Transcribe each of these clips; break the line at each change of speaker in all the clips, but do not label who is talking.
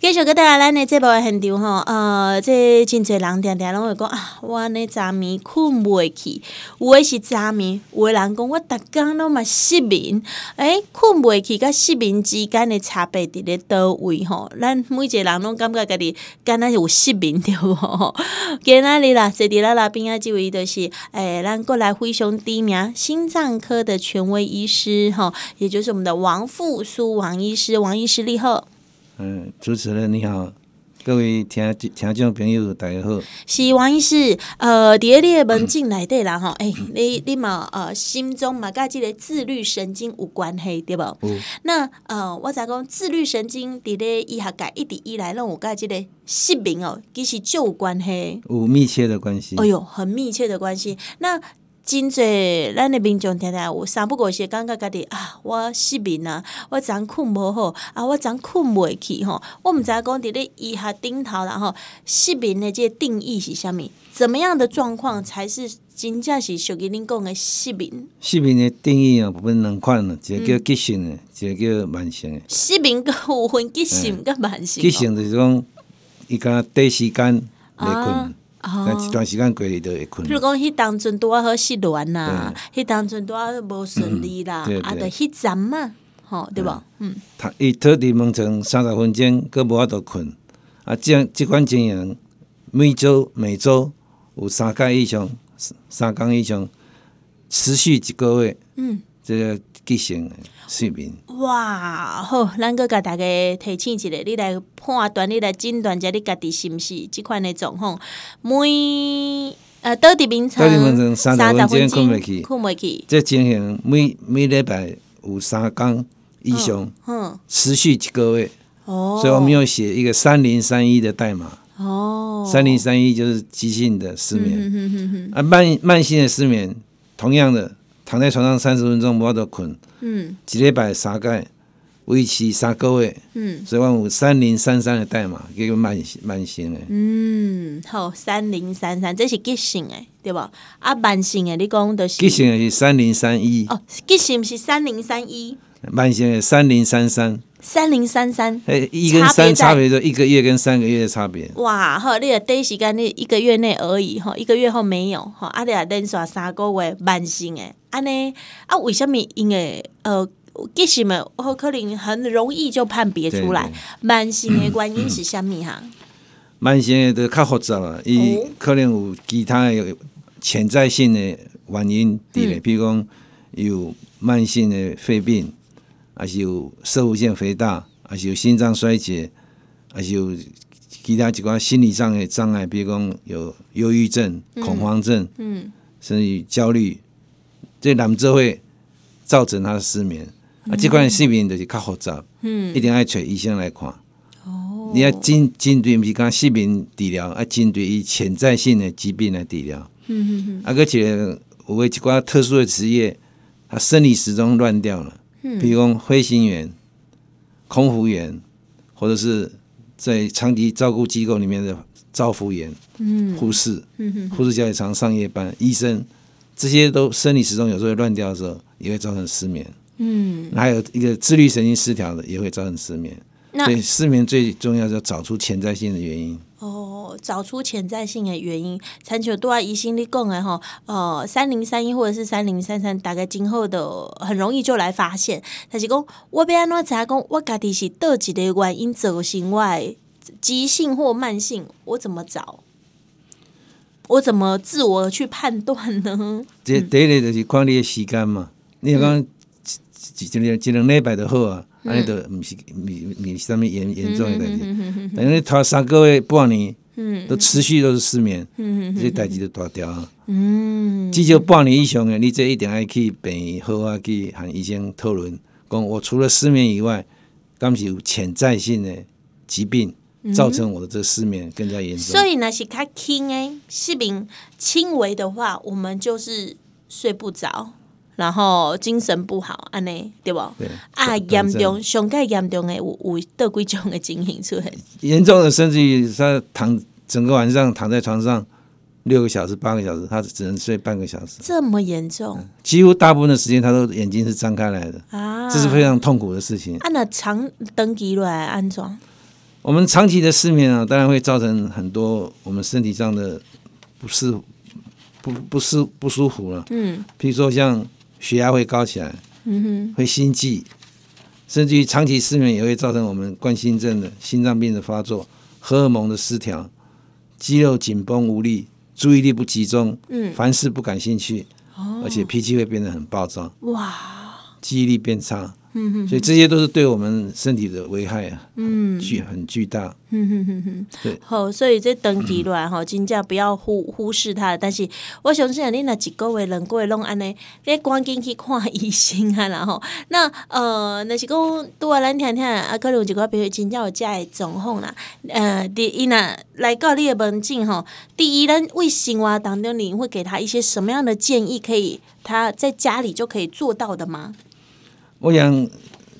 继续跟大家咱的节目的现场吼，呃，这真侪人定定拢会讲啊，我呢昨暝困袂去，有的是昨暝，有的人讲我逐工拢嘛失眠，诶，困袂去甲失眠之间的差别伫咧倒位吼？咱每一个人拢感觉家己敢若有失眠着无？吼 今仔日啦，坐伫咱来边啊，即位就是诶，咱过来非常知名心脏科的权威医师吼，也就是我们的王复苏王医师，王医师你好。
嗯，主持人你好，各位听听众朋友大家好。
是王医师，呃，伫咧你的门诊内底啦吼，诶、你你嘛呃心中嘛甲即个自律神经有关系对无？
有
那呃，我才讲自律神经伫咧医学界一直以来拢有甲即个失明哦，其实就有关系。
哦有密切的关系
哎。哟，很密切的关系。
嗯
那真侪咱的民众听听有三不五时会感觉家己啊，我失眠啊，我昨昏困无好啊，我昨昏困袂去吼。我毋知影讲伫咧医学顶头啦吼，失眠的这个定义是啥物？怎么样的状况才是真正是属于恁讲的失眠？
失眠的定义啊，分两款啊，一个叫急性的，一个叫慢性的。
失眠个有分急
哎
性甲慢性哦。
急性就是讲，伊敢短时间袂困，
啊
但一段时间过去就会困
譬。如讲，迄当阵拄啊好失恋啦，迄当阵拄啊无顺利啦
嗯对，
啊，
对
着迄阵嘛，吼，对无？嗯，
他伊倒伫门床三十分钟，佫无法度困。啊，这样即款情形，每周每周有三天以上，三三天以上，持续一个月。
嗯，
这个急性的失眠。
哇，好，咱个甲大家提醒一下，你来判断，你来诊断一下你家己是毋是即款的状况。每呃，倒伫眠床
倒伫眠床三十分钟
困
困袂去
困袂去，
这情形每每礼拜有三天以上，
嗯，
持续一个月，
哦，
所以我们要写一个三零三一的代码。
哦，
三零三一就是急性的失眠，
嗯哼哼哼，
啊，慢慢性的失眠，同样的躺在床上三十分钟无法度困，
嗯
一礼拜三盖，为期三个月，
嗯
所以我们有三零三三的代码，叫做慢性慢性的。
嗯，好，三零三三，这是急性的，对无？啊，慢性的你讲就是
急性的是三零三一，
哦，吉是毋是三零三一
慢性的三零三三，
三零三三？
哎，一跟
差别
三
在
差别就一个月跟三个月的差别。
哇，好，你的短时间你一个月内而已吼，一个月后没有吼，啊，你啊连续三个月慢性诶，安尼啊，为什么因为呃？吉什么？我可能很容易就判别出来
对嗯对，
慢性的原因是虾米哈？
慢性的就较复杂啦，伊
哦
可能有其他的潜在性的原因伫
嗯
咧，比如讲有慢性的肺病，还是有射物腺肥大，还是有心脏衰竭，还是有其他一寡心理上的障碍，比如讲有忧郁症、恐慌症，
嗯
甚至于焦虑，这难这会造成他的失眠。啊，这款的失眠就是较复杂，
嗯，
一定要找医生来看。
哦
你要针针对毋是讲失眠治疗，啊，针对伊潜在性的疾病来治疗。
嗯嗯
啊，而且有诶一寡特殊的职业，他生理时钟乱掉了，
嗯
比如讲飞行员、空服员，或者是在长期照顾机构里面的照护员、
嗯
护士，
嗯
护士家也常上夜班，医生，这些都生理时钟有时候会乱掉的时候，也会造成失眠。
嗯，
还有一个自律神经失调的，也会造成失眠。
那
所以失眠最重要是要找出潜在性的原因。
哦，找出潜在性的原因，参考多啊，疑心力共诶吼，呃，三零三一或者是三零三三，大概今后的很容易就来发现。但是讲，我要安怎查讲，我家己是倒一个原因造成我的急性或慢性，我怎么找？我怎么自我去判断呢？
这第一个就是看你的时间嘛，你若讲一一一一两礼拜就好啊，安尼就毋是毋毋是啥物严严重的代志。但是你拖三个月半年，
嗯
都持续都是失眠，
嗯
这代志就大条啊。
嗯
至少半年以上的，你这一定要去病院好啊，去和医生讨论，讲我除了失眠以外，敢是有潜在性的疾病造成我的这个失眠更加严重
所。以呢，是较轻诶，失眠轻微的话，我们就是睡不着，然后精神不好，安尼对不？
对
啊，
短短
严
暂
重上介严重诶，有有倒几种诶情形出现。
严重的甚至于他躺整个晚上躺在床上六个小时、八个小时，他只能睡半个小时，
这么严重
几乎大部分的时间他都眼睛是张开来的，
啊！
这是非常痛苦的事情。
啊，那长登记落来安装，
我们长期的失眠啊，当然会造成很多我们身体上的不适、不不舒不舒服了、
嗯
譬如说像血压会高起来，
嗯
会心悸，甚至于长期失眠也会造成我们冠心症的心脏病的发作、荷尔蒙的失调、肌肉紧绷无力、注意力不集中，
嗯哦
凡事不感兴趣，
哼，
而且脾气会变得很暴躁，
哦哇，
记忆力变差，
嗯哼
所以这些都是对我们身体的危害啊，
嗯
巨很巨大。
嗯哼哼哼
对
好，所以这长期落来吼，真正不要忽忽视它。但是我相信你若一个月、两个月拢安尼，你赶紧去看医生啊啦吼。 那呃，若是讲拄啊，咱听听啊，可能有一个朋友真正有遮的状况啦。呃，第一若来到你的门诊吼，第一，咱为生活当中你会给他一些什么样的建议？可以他在家里就可以做到的吗？
我想，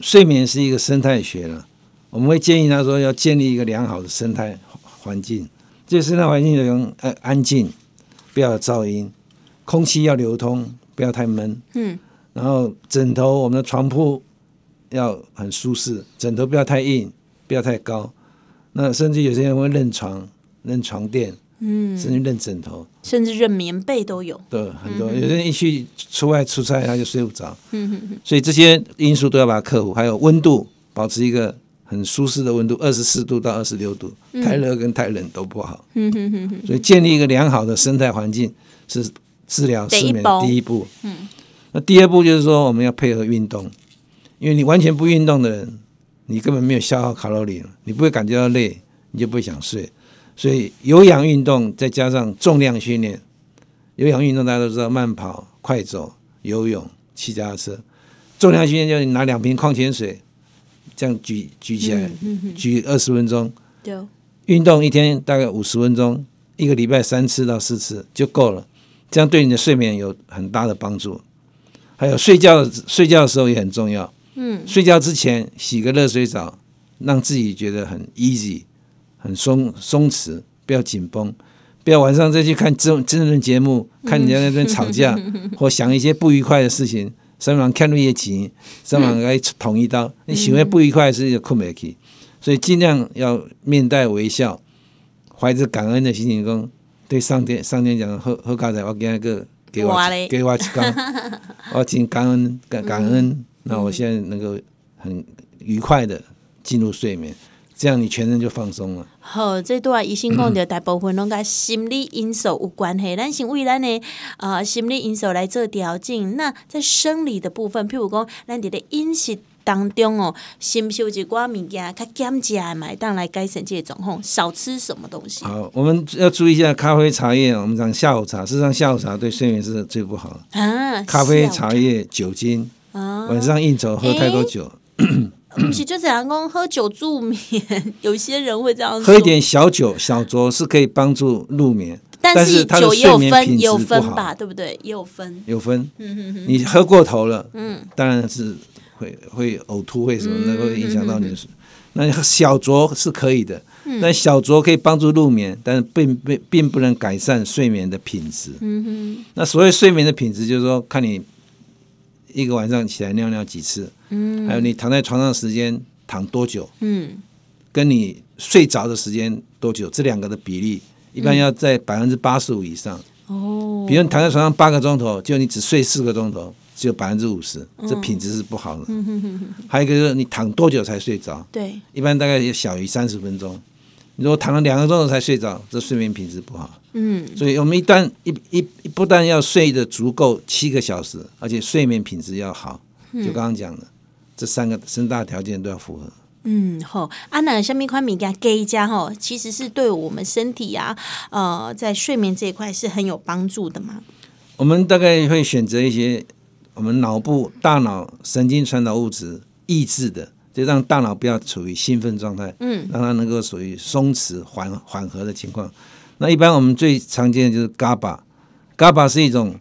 睡眠是一个生态学了，我们会建议他说要建立一个良好的生态环境。这个生态环境能呃安静，不要有噪音，空气要流通，不要太闷。
嗯
然后枕头，我们的床铺要很舒适，枕头不要太硬，不要太高。那甚至有些人会认床、认床垫，
嗯，
甚至认枕头。
甚至认棉被都有。
对，很多有些人一去出外出差，他就睡不着，
嗯哼哼，
所以这些因素都要把它克服。还有温度，保持一个很舒适的温度，二十四度到二十六度，太热跟太冷都不好。
嗯哼哼哼，
所以建立一个良好的生态环境是治疗失眠的第一步。
嗯，
那第二步就是说我们要配合运动，因为你完全不运动的人，你根本没有消耗卡路里，你不会感觉到累，你就不会想睡。所以有氧运动再加上重量训练，有氧运动大家都知道，慢跑、快走、游泳、骑脚踏车。重量训练就是你拿两瓶矿泉水，这样举举起来，
嗯哼，
举二十分钟，
对。
运动一天大概五十分钟，一个礼拜三次到四次就够了，这样对你的睡眠有很大的帮助。还有睡觉睡觉的时候也很重要，
嗯
睡觉之前洗个热水澡，让自己觉得很 easy，很松松弛，不要紧绷，不要晚上再去看争争论节目，看人家在那边吵架，或想一些不愉快的事情。三晚看绿叶情，三晚该捅一刀，你想要不愉快的事情就困不起，所以尽量要面带微笑，怀着感恩的心情讲，对上天上天讲，好好刚才我今个给我啊
我
一
嘞
给我一天。 我请感恩感感恩，那我现在能够很愉快的进入睡眠，这样你全身就放松了。
好，这段医生
嗯
讲着大部分拢甲心理因素有关系，咱先为咱的呃心理因素来做调整。那在生理的部分，譬如讲，咱伫咧饮食当中哦，是不是有一寡物件较减食的嘛，会当来改善这个状况，少吃什么东西？
好，我们要注意一下咖啡、茶叶。我们讲下午茶，事实上下午茶对睡眠是最不好的。
啊，
咖啡、
是啊
茶叶、酒精，
啊，
晚上应酬喝太多酒，
不是就这样讲，喝酒助眠，有些人会这样
喝一
说
点小酒、小酌是可以帮助入眠，
但
是
是
它的
酒也有
睡眠
分，
品
也有
质不
分吧，
好。
对不对？也有分，
有分，
嗯哼哼，
你喝过头了，
嗯，
当然是会会呕吐，会什么能够影响到你
嗯
的睡。那小酌是可以的，但小酌可以帮助入眠，但是并并并不能改善睡眠的品质。
嗯
那所谓睡眠的品质，就是说看你一个晚上起来尿尿几次，
哼，嗯
还有你躺在床上时间躺多久，
嗯
跟你睡着的时间多久，这两个的比例一般要在百分之八十五以上。
哦，
比如你躺在床上八个钟头，就你只睡四个钟头，只有百分之五十，这品质是不好的。
嗯哼哼哼，
还有一个就是你躺多久才睡着，
对，
一般大概也小于三十分钟。你如果躺了两个钟头才睡着，这睡眠品质不好。
嗯
所以我们一旦一一一不但要睡得足够七个小时，而且睡眠品质要好，
嗯
就刚刚讲的、这三个三大条件都要符合。
嗯，好，啊，那下面款物件给加吼，其实是对我们身体啊，呃，在睡眠这一块是很有帮助的嘛。
我们大概会选择一些我们脑部大脑神经传导物质抑制的，就让大脑不要处于兴奋状态，
嗯
让它能够属于松弛缓缓和的情况。那一般我们最常见的就是 GABA，GABA 是一种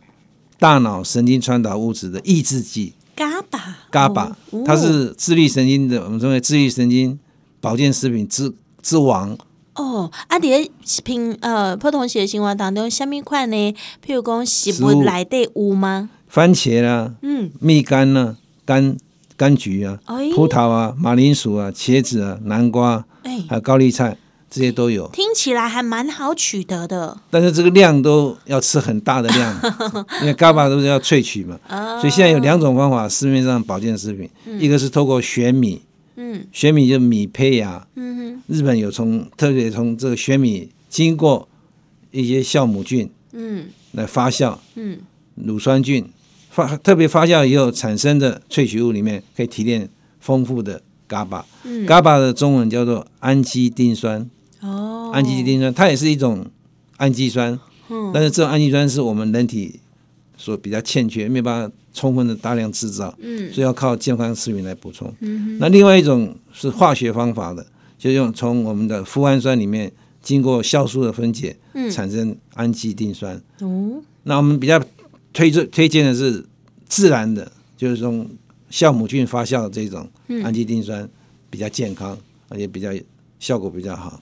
大脑神经传导物质的抑制剂
嘎巴，
，GABA
哦
它是自律神经的，我们称为自律神经保健食品之之王。
哦，啊，伫咧平呃普通时的生活当中，下面款呢，譬如讲食
食
物
物
内底有吗？
啊番茄啦、
嗯
啊蜜柑啦、柑柑橘啊、
哎
葡萄啊、马铃薯啊、茄子啊、南瓜啊、
哎，
还有高丽菜，这些都有。
听起来还蛮好取得的
但是这个量都要吃很大的量，因为伽巴都是要萃取嘛，
啊。
所以现在有两种方法，市面上保健食品，一个是透过玄米，
嗯
玄米就是米胚芽，
嗯
日本有从特别从这个玄米经过一些酵母菌
哼嗯
来发酵，
嗯
乳酸菌发特别发酵以后产生的萃取物里面可以提炼丰富的 GABA，GABA、
嗯
GABA 的中文叫做氨基丁酸，
哦，
氨基丁酸它也是一种氨基酸，
嗯
但是这种氨基酸是我们人体所比较欠缺，没有办法充分的大量制造，
嗯
所以要靠健康食品来补充。
嗯
那另外一种是化学方法的，就用从我们的脯氨酸里面经过酵素的分解
嗯
产生氨基丁酸。
哦
那我们比较推荐推荐的是自然的，就是从酵母菌发酵的这种
嗯
氨基丁酸比较健康，而且比较效果比较好。